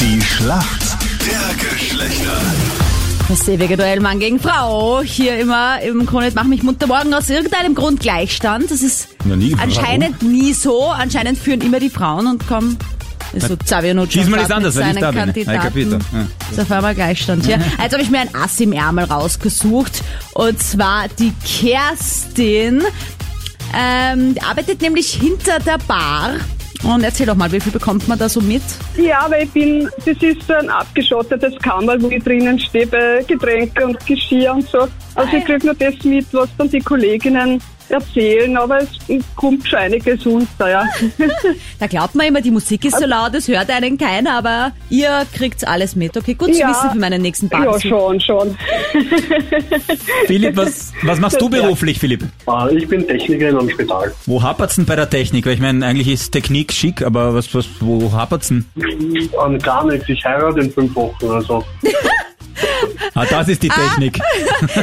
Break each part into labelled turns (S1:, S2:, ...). S1: Die Schlacht der Geschlechter.
S2: Das ewige Duell Mann gegen Frau. Hier immer im Kronet mach mich munter morgen aus irgendeinem Grund Gleichstand. Das ist
S3: Na, nie.
S2: anscheinend nie so. Anscheinend führen immer die Frauen und kommen. Ist so Xavier Nutsch
S3: Diesmal ist
S2: mit
S3: anders, weil ich
S2: seinen
S3: da bin.
S2: Kandidaten.
S3: Ein Kapitän, ja.
S2: Ist auf einmal Gleichstand hier. Jetzt habe ich mir ein Ass im Ärmel rausgesucht. Und zwar die Kerstin. Ähm, die arbeitet nämlich hinter der Bar. Und erzähl doch mal, wie viel bekommt man da so mit?
S4: Ja, weil ich bin, das ist so ein abgeschottetes Kammerl, wo ich drinnen stehe bei Getränke und Geschirr und so.
S3: Ah,
S4: Also ich kriege nur das mit, was dann die Kolleginnen erzählen, aber es kommt schon einiges unter, ja.
S2: Da glaubt man immer, die Musik
S4: Also-
S2: ist so laut, es hört einen keiner, aber ihr kriegt's alles mit. Okay, gut zu
S4: Ja.
S2: wissen für meinen nächsten
S4: ja,
S2: Badesuch.
S4: schon, schon.
S3: Philipp, was, was machst du beruflich, Philipp?
S5: Ah, Ich bin Technikerin am Spital.
S3: Wo hapert's denn bei der Technik? Weil ich meine, eigentlich ist Technik schick, aber was, was, wo hapert's denn?
S5: An gar nichts. Ich heirate in fünf Wochen. Also
S3: Ah, das ist die Technik.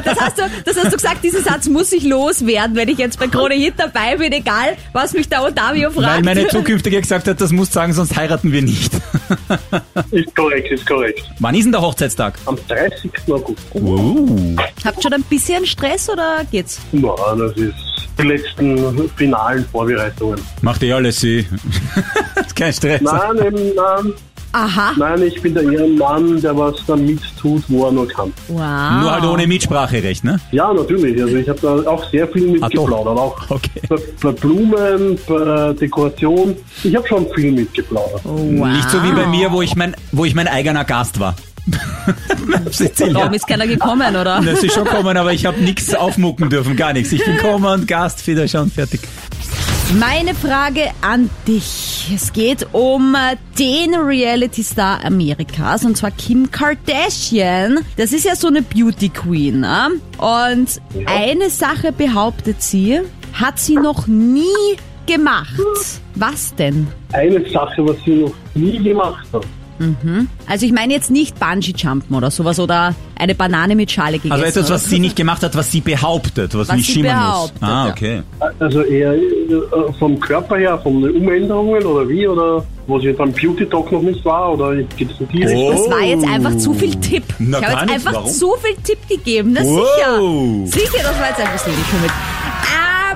S2: Das hast, du, das hast du gesagt, diesen Satz muss ich loswerden, wenn ich jetzt bei Krone Hit dabei bin, egal was mich der Otavio
S3: Weil
S2: fragt.
S3: meine Zukünftige gesagt hat, das musst du sagen, sonst heiraten wir nicht.
S5: ist korrekt, ist korrekt.
S3: Wann ist denn der Hochzeitstag?
S5: Am 30. August.
S3: Uh.
S2: Habt schon ein bisschen Stress oder geht's?
S5: Na, das ist die letzten finalen Vorbereitungen.
S3: Macht eh alles sie. Ist Kein Stress.
S5: Nein, eben, nein,
S2: Aha.
S5: nein, ich bin der Ehrenmann, der was da mittut, wo er nur kann.
S2: Wow.
S3: Nur halt ohne Mitspracherecht, ne?
S5: Ja, natürlich. Also ich habe da auch sehr viel
S3: Ah, doch.
S5: mitgeplaudert. Auch
S3: Okay.
S5: bei, bei Blumen, bei Dekoration. Ich habe schon viel mitgeplaudert.
S3: Oh.
S2: Wow.
S3: Nicht so wie bei mir, wo ich mein, wo ich mein eigener Gast war. Sizilien.
S2: Warum ist keiner gekommen, oder?
S3: Das ist schon kommen, aber ich habe nichts aufmucken dürfen, gar nichts. Ich bin kommen, Gast, wieder schon fertig.
S2: Meine Frage an dich. Es geht um äh, den Reality-Star Amerikas, und zwar Kim Kardashian. Das ist ja so eine Beauty Queen. Ne? Und eine Sache behauptet sie, hat sie noch nie gemacht. Was denn?
S5: Eine Sache, was sie noch nie gemacht hat.
S2: Also ich meine jetzt nicht Bungee-Jumpen oder sowas oder eine Banane mit Schale gegessen.
S3: Also etwas,
S2: oder
S3: was sie nicht gemacht hat, was sie behauptet, was,
S2: Was
S3: nicht
S2: sie
S3: schimmern
S2: behauptet,
S3: muss. Ah,
S2: ja.
S3: okay.
S5: Also eher äh, vom Körper her, von den Umänderungen oder wie? Oder was jetzt beim Beauty Talk noch nicht war? Oder gibt es direkt?
S3: Oh.
S2: Also, Das war jetzt einfach zu viel Tipp.
S3: Na,
S2: ich
S3: gar
S2: habe jetzt
S3: nicht,
S2: einfach
S3: warum?
S2: zu viel Tipp gegeben. Na
S3: Wow.
S2: sicher. Sicher, das war jetzt ein bisschen geschummelt.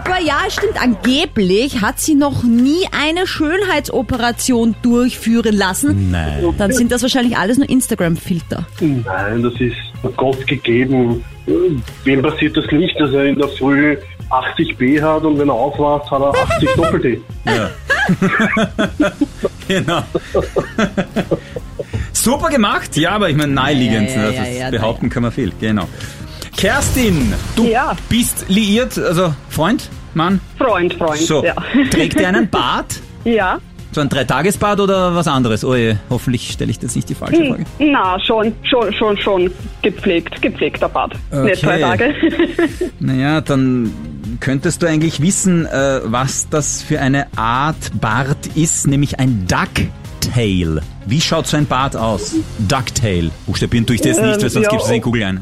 S2: Aber ja, stimmt, angeblich hat sie noch nie eine Schönheitsoperation durchführen lassen.
S3: Nein.
S2: Dann sind das wahrscheinlich alles nur Instagram-Filter.
S5: Nein, das ist Gott gegeben. Äh, Wem passiert das nicht, dass er in der Früh 80 B hat und wenn er aufwacht, hat er 80 Doppelte?
S3: Ja. genau. Super gemacht, ja, aber ich meine, naheliegend.
S2: Ja, ja, ja,
S3: das ist,
S2: ja, ja,
S3: behaupten kann man viel, genau. Kerstin, du
S4: Ja.
S3: bist liiert, also Freund, Mann.
S4: Freund, Freund,
S3: So,
S4: ja.
S3: trägt er einen Bart?
S4: ja.
S3: So ein Dreitagesbad oder was anderes? Oh je, hoffentlich stelle ich jetzt nicht die falsche Frage.
S4: Hm, Na, schon, schon, schon, schon gepflegt, gepflegter Bart. Nicht drei
S3: Okay.
S4: Tage.
S3: Naja, dann könntest du eigentlich wissen, äh, was das für eine Art Bart ist, nämlich ein Ducktail. Wie schaut so ein Bart aus? Ducktail. Buchstabieren tue ich das nicht, weil sonst
S4: ja,
S3: gibst du den Kugel ein.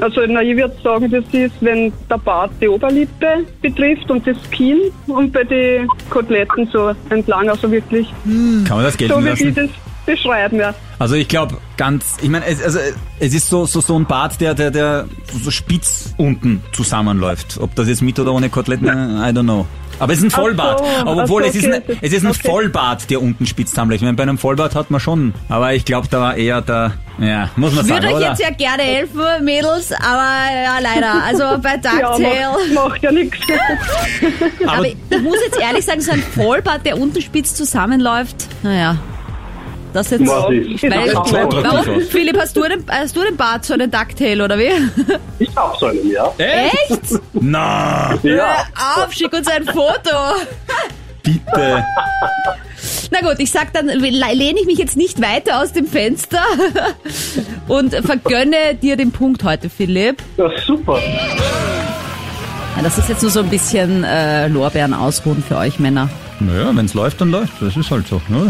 S4: Also na, ich würde sagen, das ist, wenn der Bart die Oberlippe betrifft und das Kinn und bei den Koteletten so entlang, also wirklich,
S3: Kann man das
S4: so
S3: gelten
S4: wie die
S3: lassen?
S4: das beschreiben, ja.
S3: Also ich glaube ganz, ich meine, es, also, es ist so, so, so ein Bart, der, der, der so spitz unten zusammenläuft. Ob das jetzt mit oder ohne Koteletten, I don't know. Aber es ist ein Vollbart.
S4: ach so,
S3: aber obwohl, es, ist
S4: okay,
S3: ein,
S4: das-
S3: es ist ein
S4: okay.
S3: Vollbart, der unten spitz zusammenläuft. Ich meine, bei einem Vollbart hat man schon. Aber ich glaube, da war eher der, ja, muss man
S2: Ich würde
S3: sagen,
S2: euch
S3: oder?
S2: jetzt ja gerne helfen, Mädels, aber ja, leider. Also bei
S4: Ja,
S2: Ducktail.
S4: macht, macht ja nichts.
S2: Aber ich muss jetzt ehrlich sagen, so ein Vollbart, der unten spitz zusammenläuft, naja, das jetzt...
S5: Was ist?
S2: Weil,
S4: Weil-
S5: Das ist
S3: beeindruckend
S2: warum,
S3: aus.
S2: Philipp, hast du, den, hast du den Bart so einen Ducktail, oder wie?
S5: Ich hab so einen, ja.
S2: Echt?
S3: Na,
S5: Ja.
S2: Hör auf, schick uns ein Foto.
S3: bitte.
S2: Na gut, ich sag dann, le- lehne ich mich jetzt nicht weiter aus dem Fenster und vergönne dir den Punkt heute, Philipp.
S5: ja, super.
S2: Ja, das ist jetzt nur so ein bisschen äh, Lorbeeren ausruhen für euch Männer.
S3: Naja, wenn es läuft, dann läuft. Das ist halt so. Ne?